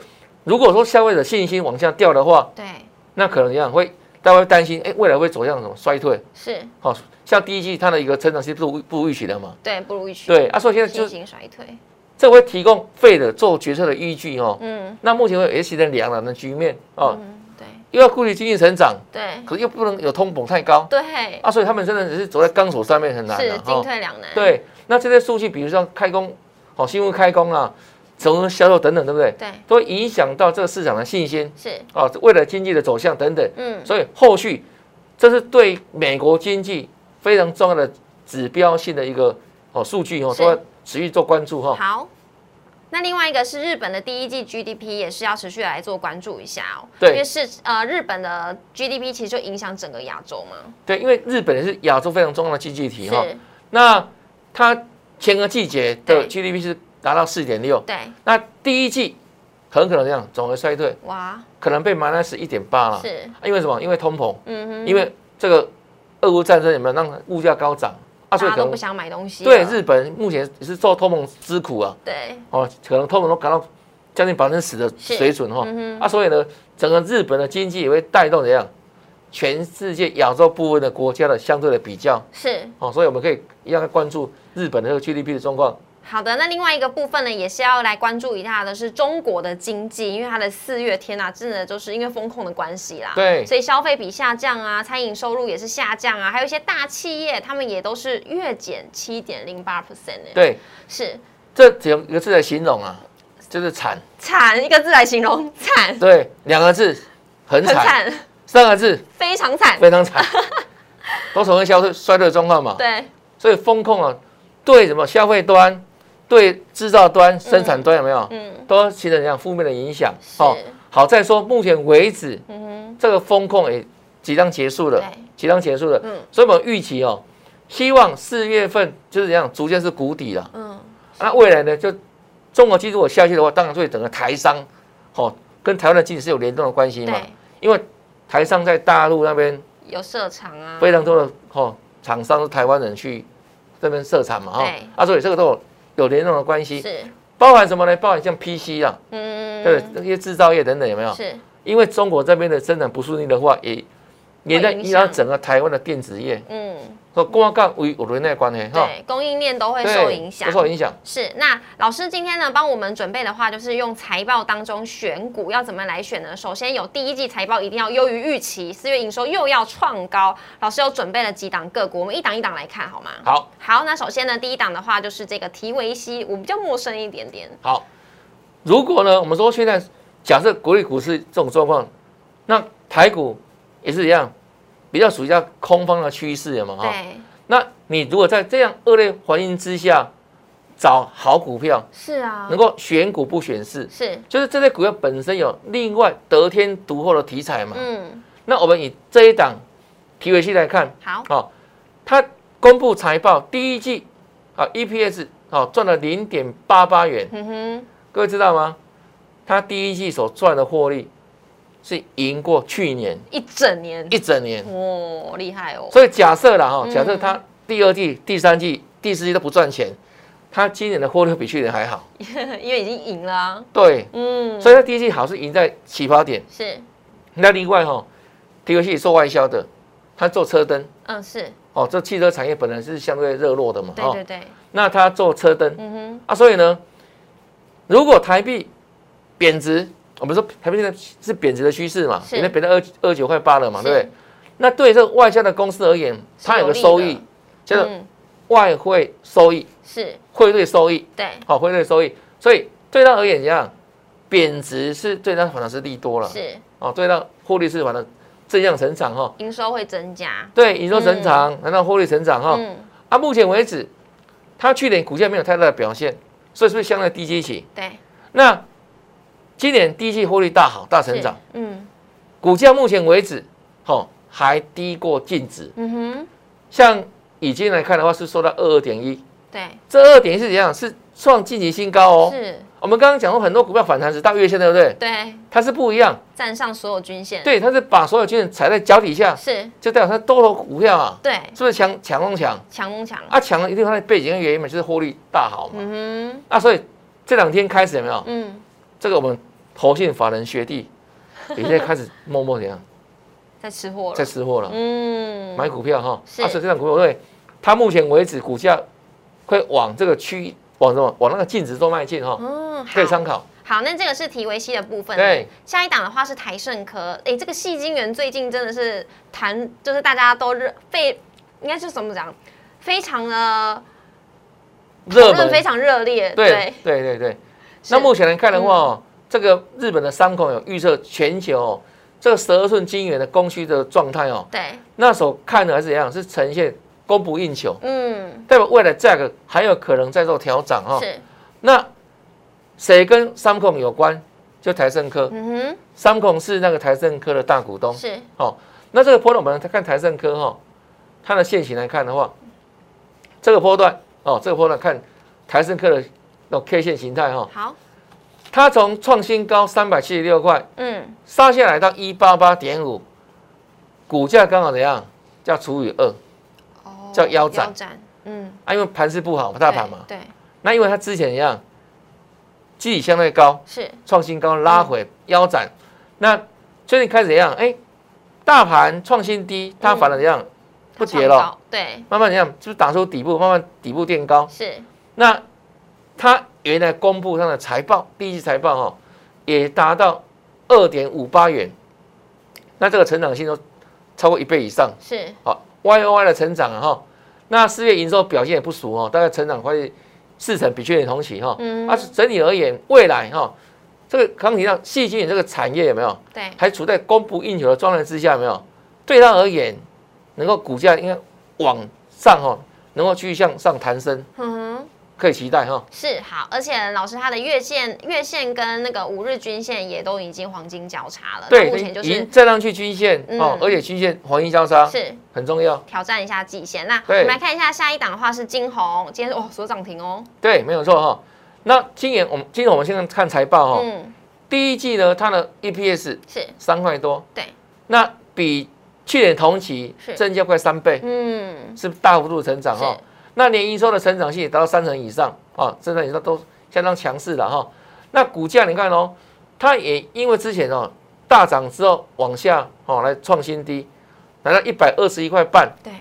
Speaker 2: 如果说消费者信心往下掉的话，
Speaker 1: 对，
Speaker 2: 那可能怎样会大家会担心，哎，未来会走向什么衰退？
Speaker 1: 是，
Speaker 2: 好，像第一季它的一个成长是不如不如预期的嘛？
Speaker 1: 对，不如预期，，
Speaker 2: 对啊，所以现在
Speaker 1: 信
Speaker 2: 就是
Speaker 1: 心衰退，
Speaker 2: 这会提供费的做决策的依据哦。
Speaker 1: 嗯，
Speaker 2: 那目前为止也形成两难的局面哦，
Speaker 1: 嗯，对，
Speaker 2: 又要顾虑经济成长。
Speaker 1: 对，
Speaker 2: 可是又不能有通膨太高
Speaker 1: 对，
Speaker 2: 啊，所以他们真的只是走在钢索上面很难
Speaker 1: 是嗯
Speaker 2: 的
Speaker 1: 进退两难，
Speaker 2: 对，那这些数据，比如说开工，哦，新闻开工啊，总销售等等，对不对？
Speaker 1: 对。
Speaker 2: 都会影响到这个市场的信心
Speaker 1: 是，
Speaker 2: 啊，未来经济的走向等等。
Speaker 1: 嗯，
Speaker 2: 所以后续这是对美国经济非常重要的指标性的一个哦数据哦，
Speaker 1: 是
Speaker 2: 都要持续做关注哈、
Speaker 1: 好。那另外一个是日本的第一季 GDP 也是要持续来做关注一下哦，
Speaker 2: 对
Speaker 1: 因为是呃日本的 GDP 其实就影响整个亚洲嘛，
Speaker 2: 对，因为日本也是亚洲非常重要的经济体哈、
Speaker 1: 是，
Speaker 2: 那它前个季节的
Speaker 1: 对
Speaker 2: GDP 是达到四点六。
Speaker 1: 对，
Speaker 2: 那第一季很可能这样，总额衰退
Speaker 1: 哇，
Speaker 2: 可能被 minus 一点八了，
Speaker 1: 是，
Speaker 2: 因为什么？因为通膨，
Speaker 1: 嗯哼，
Speaker 2: 因为这个俄乌战争有没有让物价高涨啊？
Speaker 1: 大
Speaker 2: 所以
Speaker 1: 家
Speaker 2: 可
Speaker 1: 都不
Speaker 2: 能
Speaker 1: 想买东西了，
Speaker 2: 对日本目前也是受通膨之苦啊，
Speaker 1: 对，
Speaker 2: 哦，可能通膨都达到将近百分之十的水准哈、
Speaker 1: 嗯
Speaker 2: 啊，所以呢，整个日本的经济也会带动怎样？全世界亚洲部分的国家的相对的比较
Speaker 1: 是。
Speaker 2: 哦，所以我们可以一样关注日本的这个 GDP 的状况。
Speaker 1: 好的，那另外一个部分呢，也是要来关注一下的是中国的经济，因为它的四月天呐、真的就是因为风控的关系啦，
Speaker 2: 对
Speaker 1: 所以消费比下降啊，餐饮收入也是下降啊，还有一些大企业他们也都是月减七点零八 percent 呢，
Speaker 2: 对，
Speaker 1: 是
Speaker 2: 这只有一个字来形容啊，就是惨。
Speaker 1: 惨一个字来形容，惨，
Speaker 2: 对，两个字很
Speaker 1: 很
Speaker 2: 惨，
Speaker 1: 惨，
Speaker 2: 三个字
Speaker 1: 非常惨，
Speaker 2: 非 常惨，都呈现消退衰退的状况嘛。
Speaker 1: 对，
Speaker 2: 所以风控啊，对什么消费端、对制造端、生产端有没有，
Speaker 1: 嗯，
Speaker 2: 都形成这样负面的影响
Speaker 1: 是
Speaker 2: 哦。好在说目前为止，
Speaker 1: 嗯哼，
Speaker 2: 这个风控也几档结束了
Speaker 1: 对，
Speaker 2: 几档结束了，
Speaker 1: 嗯
Speaker 2: 所以我们预期哦，希望四月份就是这样，逐渐是谷底了。啊
Speaker 1: 嗯，
Speaker 2: 那未来呢，就中国经济如果下去的话，当然会整个台商，哦，跟台湾的经济是有联动的关系嘛，
Speaker 1: 对，
Speaker 2: 因为台商在大陆那边
Speaker 1: 有设厂啊，
Speaker 2: 非常多的哦厂商是台湾人去这边设厂嘛，哈、
Speaker 1: 对
Speaker 2: 啊，所以这个都有有联动的关系，
Speaker 1: 是，
Speaker 2: 包含什么呢？包含像 PC 啊，
Speaker 1: 嗯，
Speaker 2: 对，那些制造业等等有没有？
Speaker 1: 是，
Speaker 2: 因为中国这边的生产不顺利的话，也也在
Speaker 1: 会影
Speaker 2: 影响
Speaker 1: 响
Speaker 2: 整个台湾的电子业
Speaker 1: 嗯，
Speaker 2: 和光干为有连带关系哈，
Speaker 1: 对，供应链都会受影响
Speaker 2: 不。受影响。
Speaker 1: 是，那老师今天呢帮我们准备的话，就是用财报当中选股要怎么来选呢？首先有第一季财报一定要优于预期，四月营收又要创高。老师有准备了几档个股，我们一档一档来看好吗？
Speaker 2: 好
Speaker 1: 好，那首先呢，第一档的话就是这个提维西，我比较陌生一点点。
Speaker 2: 好，如果呢，我们说现在假设国内股市这种状况，那台股也是一样，比较属于叫空方的趋势有没有哈？
Speaker 1: 对，
Speaker 2: 那你如果在这样恶劣环境之下找好股票，
Speaker 1: 是啊
Speaker 2: 能，够选股不选市，
Speaker 1: 是，
Speaker 2: 就是这类股票本身有另外得天独厚的题材嘛。
Speaker 1: 嗯，
Speaker 2: 那我们以这一档提维西来看，
Speaker 1: 好，
Speaker 2: 哦，它公布财报第一季啊 EPS 哦赚了零点八八元，
Speaker 1: 嗯哼，
Speaker 2: 各位知道吗？它第一季所赚的获利是赢过去年
Speaker 1: 一整年，
Speaker 2: 一整年，
Speaker 1: 哦，厉害哦，
Speaker 2: 所以假设了哈，
Speaker 1: 嗯
Speaker 2: 假设它第二季、第三季、第四季都不赚钱，它今年的获利比去年还好。
Speaker 1: 因为已经赢了啊、
Speaker 2: 对，
Speaker 1: 嗯，
Speaker 2: 所以它第一季好是赢在起跑点。
Speaker 1: 是，
Speaker 2: 那另外哈，提游戏做外销的，它做车灯
Speaker 1: 嗯，是，
Speaker 2: 哦，这汽车产业本来是相对热络的嘛，
Speaker 1: 对对对，
Speaker 2: 那它做车灯
Speaker 1: 嗯哼，
Speaker 2: 啊，所以呢，如果台币贬值，我们说台币现在是贬值的趋势嘛，
Speaker 1: 是
Speaker 2: 现在贬到二二九块八了嘛，
Speaker 1: 是
Speaker 2: 对不对？那对这个外销的公司而言，
Speaker 1: 是
Speaker 2: 它有个
Speaker 1: 利
Speaker 2: 收
Speaker 1: 的
Speaker 2: 益，叫做
Speaker 1: 嗯，
Speaker 2: 外汇收益、
Speaker 1: 是，
Speaker 2: 汇率收益，
Speaker 1: 对，
Speaker 2: 好、汇率收益。所以对它而言，一样贬值是对它反而是利多了，
Speaker 1: 是
Speaker 2: 哦，对它获利是反而正向成长哈、哦，
Speaker 1: 营收会增加，
Speaker 2: 对营收成长，然后获利成长哈、哦。
Speaker 1: 嗯，
Speaker 2: 啊，目前为止，它去年股价没有太大的表现，所以是不是相对低基期？
Speaker 1: 对，
Speaker 2: 那今年第一季获利大好，大成
Speaker 1: 是
Speaker 2: 长，，
Speaker 1: 嗯
Speaker 2: 股价目前为止，哦，还低过净值。
Speaker 1: 嗯哼，
Speaker 2: 像以今天来看的话，是收到二二点一，
Speaker 1: 对，
Speaker 2: 这二点一是怎样？是创近期新高哦。
Speaker 1: 是，
Speaker 2: 我们刚刚讲过，很多股票反弹只到月线，对不对？
Speaker 1: 对，
Speaker 2: 它是不一样，
Speaker 1: 站上所有均线，，
Speaker 2: 对，它是把所有均线踩在脚底下，
Speaker 1: 是，
Speaker 2: 就代表它多头股票啊，
Speaker 1: 对，
Speaker 2: 是不是强强中强？
Speaker 1: 强中强，
Speaker 2: 啊，强了一定有它的背景跟原因嘛，就是获利大好嘛。
Speaker 1: 嗯
Speaker 2: 啊，所以这两天开始有没有
Speaker 1: 哼，？嗯，
Speaker 2: 这个我们投信法人 学弟也在开始默默怎样
Speaker 1: 在吃货
Speaker 2: 在
Speaker 1: 了，
Speaker 2: 吃货了，
Speaker 1: 嗯，
Speaker 2: 买股票哈。啊，
Speaker 1: 是
Speaker 2: 所以这档股票，对它目前为止股价会往这个区往什么往那个净值做迈进哈，
Speaker 1: 嗯，
Speaker 2: 可以
Speaker 1: 好，
Speaker 2: 参考。
Speaker 1: 好，那这个是提维西的部分，
Speaker 2: 对，
Speaker 1: 下一档的话是台盛科，哎，这个戏精元最近真的是谈，就是大家都热非，应该是怎么讲，非常的
Speaker 2: 热
Speaker 1: 讨论非
Speaker 2: 门。
Speaker 1: 常热烈，
Speaker 2: 对，对对对。那目前来看
Speaker 1: 嗯
Speaker 2: 的话哦，这个日本的三孔有预测全球哦这十二寸晶圆的供需的状态哦，
Speaker 1: 对，
Speaker 2: 那时候看的还是怎样，是呈现供不应求，
Speaker 1: 嗯，
Speaker 2: 代表未来价格还有可能再做调整哈。
Speaker 1: 是，
Speaker 2: 那谁跟三控有关？就台盛科，
Speaker 1: 嗯
Speaker 2: 三控是那个台盛科的大股东
Speaker 1: 哼，。是，
Speaker 2: 哦，那这个波段我们看台盛科哈、哦，它的线型来看的话，这个波段哦，这个波段看台盛科的那种 K 线形态哈、哦，
Speaker 1: 好，
Speaker 2: 它从创新高三百七十六块
Speaker 1: 嗯，
Speaker 2: 杀下来到一八八点五，股价刚好怎样？叫除以二
Speaker 1: 哦
Speaker 2: 叫腰斩
Speaker 1: 嗯，
Speaker 2: 啊，因为盘势不好嘛，大盘
Speaker 1: 对
Speaker 2: 嘛。
Speaker 1: 对，
Speaker 2: 那因为它之前一样，基底相对高，
Speaker 1: 是，
Speaker 2: 创新高拉回腰斩，那最近开始怎样？哎，大盘创新低，它反而怎样？不跌
Speaker 1: 嗯它
Speaker 2: 了，
Speaker 1: 创高，对，
Speaker 2: 慢慢怎样？是不是打出底部，慢慢底部垫高？
Speaker 1: 是，
Speaker 2: 那它原来公布它的财报，第一季财报哦，也达到二点五八元，那这个成长性都超过一倍以上，
Speaker 1: 是，
Speaker 2: 好、y O Y 的成长啊哈、那四月营收表现也不俗哦，大概成长快四成，比去年同期哈、
Speaker 1: 嗯
Speaker 2: 啊，整体而言，未来哈、这个刚提到细菌这个产业有没有
Speaker 1: 对，
Speaker 2: 还处在供不应求的状态之下？有没有？对它而言，能够股价应该往上哦，能够继续向上弹升，
Speaker 1: 嗯哼，
Speaker 2: 可以期待哈。
Speaker 1: 是好，而且老师他的月线、月线跟那个五日均线也都已经黄金交叉了，那
Speaker 2: 对，
Speaker 1: 目前就
Speaker 2: 已经
Speaker 1: 是
Speaker 2: 站上去均线哦
Speaker 1: 嗯，
Speaker 2: 而且均线黄金交叉
Speaker 1: 是
Speaker 2: 很重要。
Speaker 1: 挑战一下季线。那我
Speaker 2: 对
Speaker 1: 们来看一下下一档的话是金红，今天是哦所涨停哦，
Speaker 2: 对，没有错哈。那今年我们今年我们现在看财报哈，
Speaker 1: 嗯，
Speaker 2: 第一季呢，它的 E EPS
Speaker 1: 是
Speaker 2: 三块多，
Speaker 1: 对，
Speaker 2: 那比去年同期
Speaker 1: 是
Speaker 2: 增加快三倍，
Speaker 1: 嗯，
Speaker 2: 是大幅度成长哈
Speaker 1: 是。
Speaker 2: 那年营收的成长性也达到三成以上啊，这成以上都相当强势了哈。那股价你看哦，它也因为之前哦大涨之后往下哦来创新低，来到一百二十一块半，
Speaker 1: 对，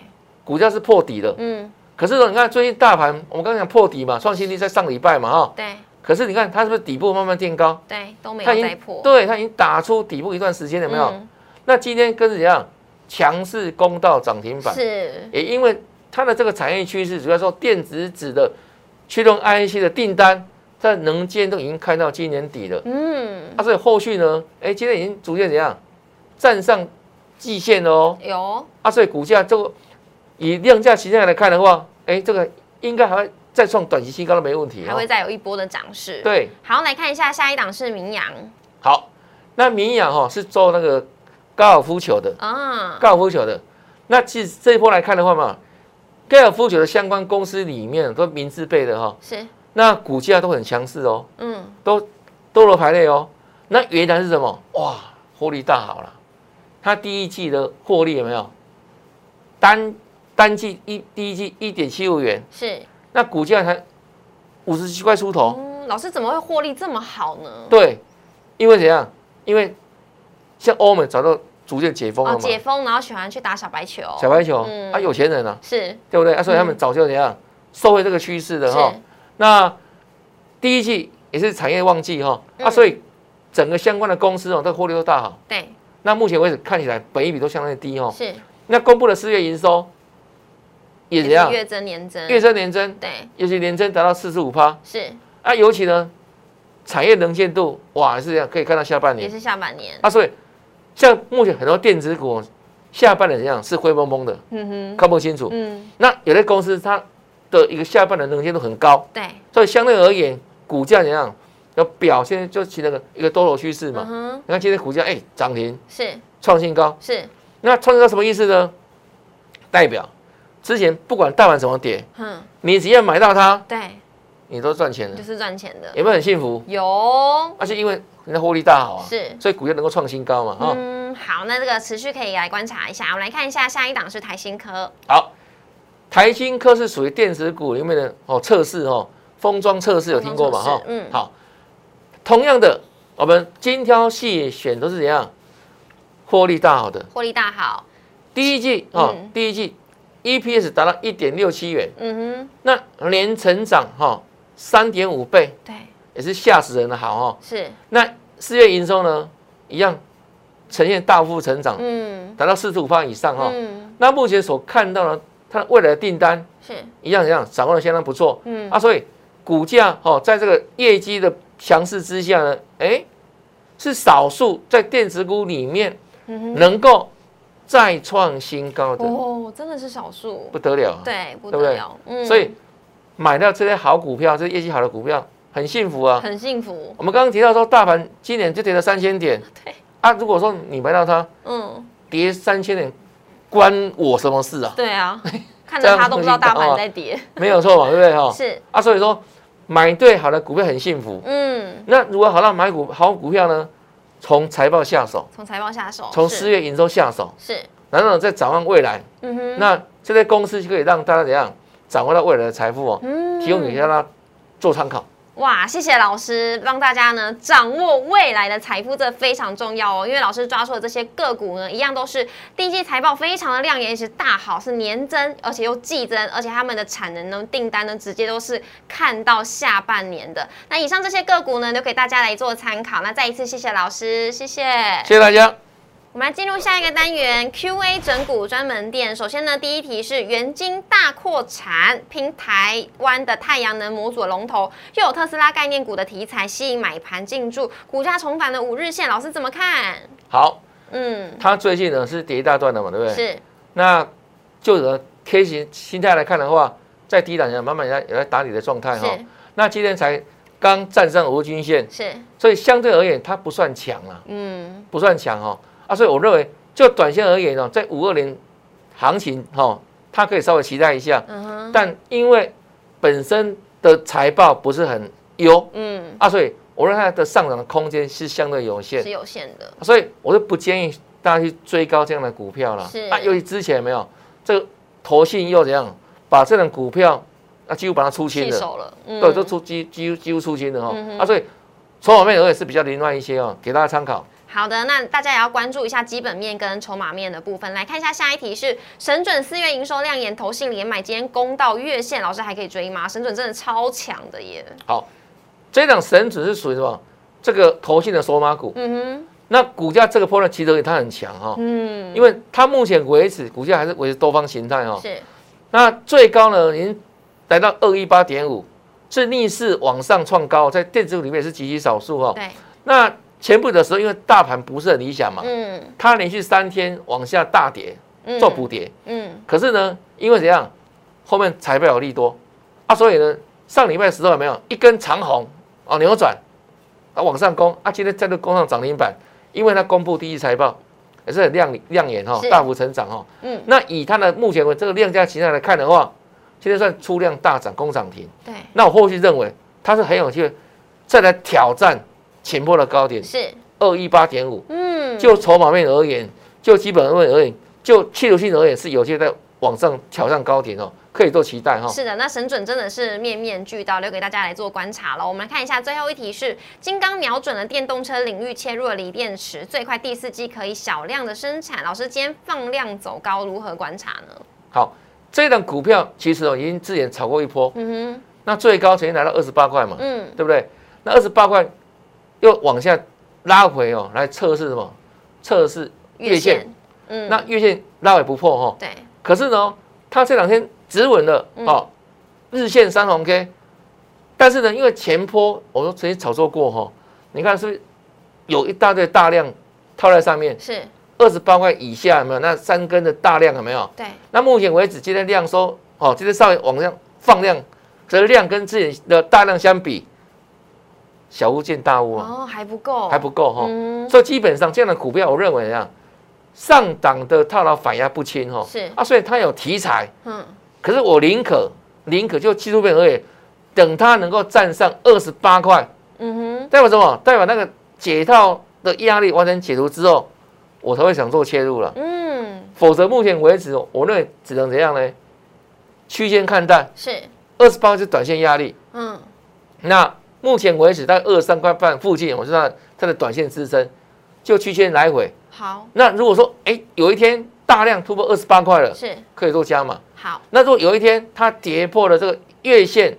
Speaker 2: 股价是破底的。
Speaker 1: 嗯，
Speaker 2: 可是呢，你看最近大盘，我们刚刚讲破底嘛，创新低在上礼拜嘛哈、
Speaker 1: 对
Speaker 2: 可是你看它是不是底部慢慢垫高？
Speaker 1: 对，都没
Speaker 2: 它已
Speaker 1: 有再
Speaker 2: 经
Speaker 1: 破，
Speaker 2: 对它已经打出底部一段时间了，有没有？
Speaker 1: 嗯
Speaker 2: 那今天跟着怎样强势攻到涨停板？
Speaker 1: 是，
Speaker 2: 也因为它的这个产业趋势，主要说电子纸的驱动 IC 的订单，在能见都已经看到今年底了。啊
Speaker 1: 嗯，
Speaker 2: 那、所以后续呢？哎，今天已经逐渐怎样站上季线了哦。
Speaker 1: 有
Speaker 2: 啊，所以股价这个以量价期间来看的话，哎，这个应该还会再创短期新高都没问题、哦。
Speaker 1: 还会再有一波的涨势。，
Speaker 2: 对，
Speaker 1: 好，来看一下下一档是明阳
Speaker 2: 好，那明雅哈、是做那个高尔夫球的，
Speaker 1: 啊，
Speaker 2: 高尔夫球的。那其实这一波来看的话嘛，高尔夫球的相关公司里面都名字辈的哈、
Speaker 1: 是，
Speaker 2: 那股价都很强势哦，
Speaker 1: 嗯，
Speaker 2: 都多头排列哦。那原来是什么？哇，获利大好了，它第一季的获利有没有？单单季一第一季一点七五元，
Speaker 1: 是，
Speaker 2: 那股价才五十七块出头。
Speaker 1: 嗯，老师怎么会获利这么好呢？
Speaker 2: 对，因为怎样？因为像欧美早就逐渐解封了
Speaker 1: 哦，
Speaker 2: 嘛，
Speaker 1: 解封，然后喜欢去打小白球，
Speaker 2: 小白球、
Speaker 1: 嗯
Speaker 2: 啊，有钱人啊，
Speaker 1: 是
Speaker 2: 对不对？啊，所以他们
Speaker 1: 嗯
Speaker 2: 早就怎样受惠这个趋势的哈
Speaker 1: 是。，
Speaker 2: 那第一季也是产业旺季哈，啊，
Speaker 1: 嗯
Speaker 2: 所以整个相关的公司哦，这获利都大好。
Speaker 1: 对，
Speaker 2: 那目前为止看起来本益比都相对低哦。
Speaker 1: 是，
Speaker 2: 那公布的四月营收
Speaker 1: 也
Speaker 2: 也怎样
Speaker 1: 是？月增年增，
Speaker 2: 月增年增，
Speaker 1: 对，
Speaker 2: 尤其年增达到四十五趴
Speaker 1: 是，
Speaker 2: 啊，尤其呢产业能见度哇是这样，可以看到下半年
Speaker 1: 也。是下半年，
Speaker 2: 啊，所以像目前很多电子股下半年怎样是灰蒙蒙的，
Speaker 1: 嗯哼，
Speaker 2: 看不清楚。
Speaker 1: 嗯，
Speaker 2: 那有的公司它的一个下半年能见度很高，
Speaker 1: 对，
Speaker 2: 所以相对而言股价怎样要表现就形成了一个多头趋势
Speaker 1: 嗯
Speaker 2: 嘛。
Speaker 1: 哼，
Speaker 2: 你看今天股价哎涨停
Speaker 1: 是
Speaker 2: 创新高，
Speaker 1: 是，
Speaker 2: 那创新高什么意思呢？代表之前不管大盘怎么跌，
Speaker 1: 嗯，
Speaker 2: 你只要买到它，
Speaker 1: 对，
Speaker 2: 你都赚钱了
Speaker 1: 就，是赚钱的，
Speaker 2: 有没有很幸福？
Speaker 1: 有，
Speaker 2: 而且因为人家获利大好啊，
Speaker 1: 是
Speaker 2: 所以股价能够创新高嘛，哈、
Speaker 1: 嗯，好，那这个持续可以来观察一下。我们来看一下下一档是台新科，
Speaker 2: 好，台新科是属于电子股里面的哦，测试哦，封装测试有听过吗？
Speaker 1: 封装
Speaker 2: 哈
Speaker 1: 测，试嗯
Speaker 2: 好，同样的，我们精挑细选都是怎样获利大好的，
Speaker 1: 获利大好，
Speaker 2: 第一季哦，
Speaker 1: 嗯
Speaker 2: 第一季 EPS 达到一点六七元，
Speaker 1: 嗯哼，
Speaker 2: 那年成长哈三点五倍，
Speaker 1: 对，
Speaker 2: 也是吓死人的好哦。
Speaker 1: 是，
Speaker 2: 那四月营收呢，一样呈现大幅成长，
Speaker 1: 嗯
Speaker 2: 达到四十五以上哈、
Speaker 1: 嗯，
Speaker 2: 那目前所看到的，它未来的订单
Speaker 1: 是，
Speaker 2: 一样一样，掌握的相当不错。
Speaker 1: 嗯
Speaker 2: 啊，所以股价哦，在这个业绩的强势之下呢，哎，是少数在电子股里面
Speaker 1: 嗯哼，
Speaker 2: 能够再创新高的，
Speaker 1: 哦，真的是少数
Speaker 2: 不，得了啊。
Speaker 1: 对，不
Speaker 2: 对不
Speaker 1: 得
Speaker 2: 对
Speaker 1: 了，嗯
Speaker 2: 所以买到这些好股票，这些业绩好的股票，很幸福啊。
Speaker 1: 很幸福，
Speaker 2: 我们刚刚提到说，大盘今年就跌了三千点
Speaker 1: 对，
Speaker 2: 啊，如果说你买到它
Speaker 1: 嗯，
Speaker 2: 跌三千点，关我什么事啊？
Speaker 1: 对 啊，看
Speaker 2: 这
Speaker 1: 着
Speaker 2: 样
Speaker 1: 它都不知道大
Speaker 2: 会引导
Speaker 1: 盘
Speaker 2: 啊
Speaker 1: 在跌，
Speaker 2: 没有错嘛，对不对哈？
Speaker 1: 是，
Speaker 2: 啊，所以说买对好的股票很幸福。
Speaker 1: 嗯，
Speaker 2: 那如何好让买股好股票呢？从财报下手，
Speaker 1: 从财报下手，
Speaker 2: 从
Speaker 1: 哦是
Speaker 2: 四月营收下手，
Speaker 1: 是，
Speaker 2: 然后呢再展望未来。
Speaker 1: 嗯哼，
Speaker 2: 那这些公司就可以让大家怎样掌握到未来的财富哦，
Speaker 1: 嗯
Speaker 2: 提供给大家做参考。
Speaker 1: 哇，谢谢老师帮大家呢掌握未来的财富，这非常重要哦。因为老师抓出的这些个股呢，一样都是第一季财报非常的亮眼，也是大好，是年增，而且又季增，而且他们的产能呢、订单呢，直接都是看到下半年的。那以上这些个股呢，留给大家来做参考。那再一次谢谢老师，谢谢。
Speaker 2: 谢谢大家。
Speaker 1: 我们来进入下一个单元 Q&A 整股专门店。首先呢，第一题是元晶大扩产，拼台湾的太阳能模组的龙头，又有特斯拉概念股的题材吸引买盘进驻，股价重返了五日线，老师怎么看？
Speaker 2: 好，
Speaker 1: 嗯，
Speaker 2: 它最近呢是跌一大段了嘛，对不对？
Speaker 1: 是
Speaker 2: 那就整个 K 型心态来看的话，在低档上慢慢也在也在打底的状态哈
Speaker 1: 是。
Speaker 2: 那今天才刚站上无均线，
Speaker 1: 是，
Speaker 2: 所以相对而言它不算强啊了，
Speaker 1: 嗯，
Speaker 2: 不算强哦。啊，所以我认为就短线而言哦，在五二零行情哈、哦，它可以稍微期待一下，
Speaker 1: 嗯哼，
Speaker 2: 但因为本身的财报不是很优
Speaker 1: 嗯，
Speaker 2: 啊，所以我认为它的上涨的空间是相对有限
Speaker 1: 是。有限的，
Speaker 2: 所以我就不建议大家去追高这样的股票了。
Speaker 1: 是
Speaker 2: 啊，尤其之前有没有这个投信又怎样把这种股票啊几乎把它出清
Speaker 1: 弃
Speaker 2: 了，
Speaker 1: 手了，
Speaker 2: 对，
Speaker 1: 嗯，
Speaker 2: 都出几几乎几乎出清了哦。
Speaker 1: 嗯哼
Speaker 2: 啊，所以筹码面我也是比较凌乱一些哦，给大家参考。
Speaker 1: 好的，那大家也要关注一下基本面跟筹码面的部分。来看一下下一题是神准四月营收亮眼，投信连买，今天攻到月线，老师还可以追吗？神准真的超强的耶，
Speaker 2: 好，这档神准是属于什么？这个投信的索马股，
Speaker 1: 嗯
Speaker 2: 那股价这个波段其实它很强哈、
Speaker 1: 哼，嗯，
Speaker 2: 因为它目前为止股价还是维持多方形态哦。
Speaker 1: 是
Speaker 2: 那最高呢，已经来到二一八点五，是逆势往上创高，在电子股里面也是极其少数哦。
Speaker 1: 对，
Speaker 2: 那前部的时候，因为大盘不是很理想嘛，
Speaker 1: 嗯
Speaker 2: 它连续三天往下大跌
Speaker 1: 嗯，
Speaker 2: 做补跌，
Speaker 1: 嗯，
Speaker 2: 可是呢，因为怎样，后面财报有利多啊，所以呢，上礼拜的时候有没有一根长红啊扭转啊往上攻啊，今天再度攻上涨停板，因为它公布第一财报也是很亮亮眼哈、哦
Speaker 1: 是，
Speaker 2: 大幅成长哈、哦。
Speaker 1: 嗯，
Speaker 2: 那以它的目前为这个量价形态来看的话，今天算出量大涨攻涨停，
Speaker 1: 对，
Speaker 2: 那我后续认为它是很有机会再来挑战前波的高点
Speaker 1: 是，
Speaker 2: 二一八点五。
Speaker 1: 嗯，
Speaker 2: 就筹码面而言，就基本面而言，就企图性而言，是有些在往上挑战高点哦，可以做期待哈、
Speaker 1: 是的，那神准真的是面面俱到，留给大家来做观察了。我们来看一下最后一题是：金刚瞄准了电动车领域，切入了锂电池，最快第四季可以小量的生产。老师今天放量走高，如何观察呢？
Speaker 2: 好，这档股票其实哦已经之前炒过一波，
Speaker 1: 嗯
Speaker 2: 那最高曾经来到二十八块嘛
Speaker 1: 哼，，嗯，
Speaker 2: 对不对？那二十八块又往下拉回哦，来测试什么？测试月线。，
Speaker 1: 嗯，
Speaker 2: 那月线拉回不破哈、哦，
Speaker 1: 对，
Speaker 2: 可是呢，它这两天止稳了
Speaker 1: 嗯
Speaker 2: 哦，日线三红 K，但是呢，因为前坡我说曾经炒作过哈、哦，你看是不是有一大堆大量套在上面，
Speaker 1: 是，
Speaker 2: 二十八块以下有没有？那三根的大量有没有？
Speaker 1: 对，
Speaker 2: 那目前为止，今天量收哦，今天稍微往上放量，这量跟之前的大量相比，小巫见大巫啊，
Speaker 1: 哦，还不够，
Speaker 2: 还不够哈、哦。
Speaker 1: 嗯，
Speaker 2: 所以基本上这样的股票，我认为啊，上档的套牢反压不轻哈、哦，
Speaker 1: 是
Speaker 2: 啊，所以它有题材。
Speaker 1: 嗯，
Speaker 2: 可是我宁可宁可就技术面而言，等它能够站上二十八块，
Speaker 1: 嗯哼，
Speaker 2: 代表什么？代表那个解套的压力完全解除之后，我才会想做切入了。
Speaker 1: 嗯，
Speaker 2: 否则目前为止，我认为只能怎样呢？区间看待，
Speaker 1: 是，
Speaker 2: 二十八是短线压力。
Speaker 1: 嗯，
Speaker 2: 那目前为止，在二三块半附近，我知道它的短线支撑，就区间来回。
Speaker 1: 好，
Speaker 2: 那如果说，哎，有一天大量突破二十八块了，
Speaker 1: 是，
Speaker 2: 可以做加码。
Speaker 1: 好，
Speaker 2: 那如果有一天它跌破了这个月线，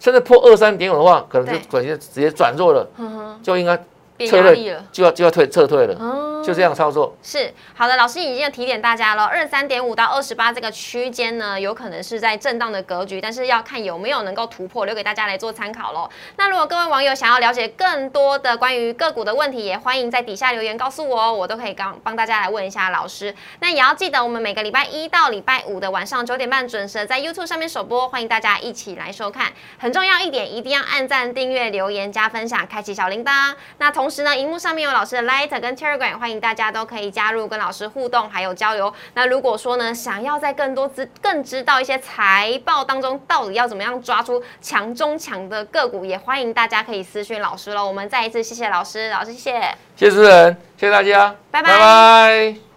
Speaker 2: 甚至破二三点五的话，可能就
Speaker 1: 对
Speaker 2: 转接直接转弱了，
Speaker 1: 嗯哼，
Speaker 2: 就应该
Speaker 1: 变
Speaker 2: 撤
Speaker 1: 压力
Speaker 2: 退
Speaker 1: 了，，
Speaker 2: 就要就要退撤退了，
Speaker 1: 嗯，
Speaker 2: 就这样操作。
Speaker 1: 是好的，老师已经有提点大家了，二三点五到二十八这个区间呢，有可能是在震荡的格局，但是要看有没有能够突破，留给大家来做参考喽。那如果各位网友想要了解更多的关于个股的问题，也欢迎在底下留言告诉我哦，我都可以帮帮大家来问一下老师。那也要记得我们每个礼拜一到礼拜五的晚上九点半准时地在 YouTube 上面首播，欢迎大家一起来收看。很重要一点，一定要按赞、订阅、留言、加分享，开启小铃铛。那同时呢，荧幕上面有老师的 Light 跟 Telegram，欢迎大家都可以加入跟老师互动还有交流。那如果说呢，想要在更多知更知道一些财报当中到底要怎么样抓出强中强的个股，也欢迎大家可以私讯老师喽。我们再一次谢谢老师，老师谢谢。
Speaker 2: 谢谢主持人，谢谢大家，
Speaker 1: 拜拜
Speaker 2: 拜拜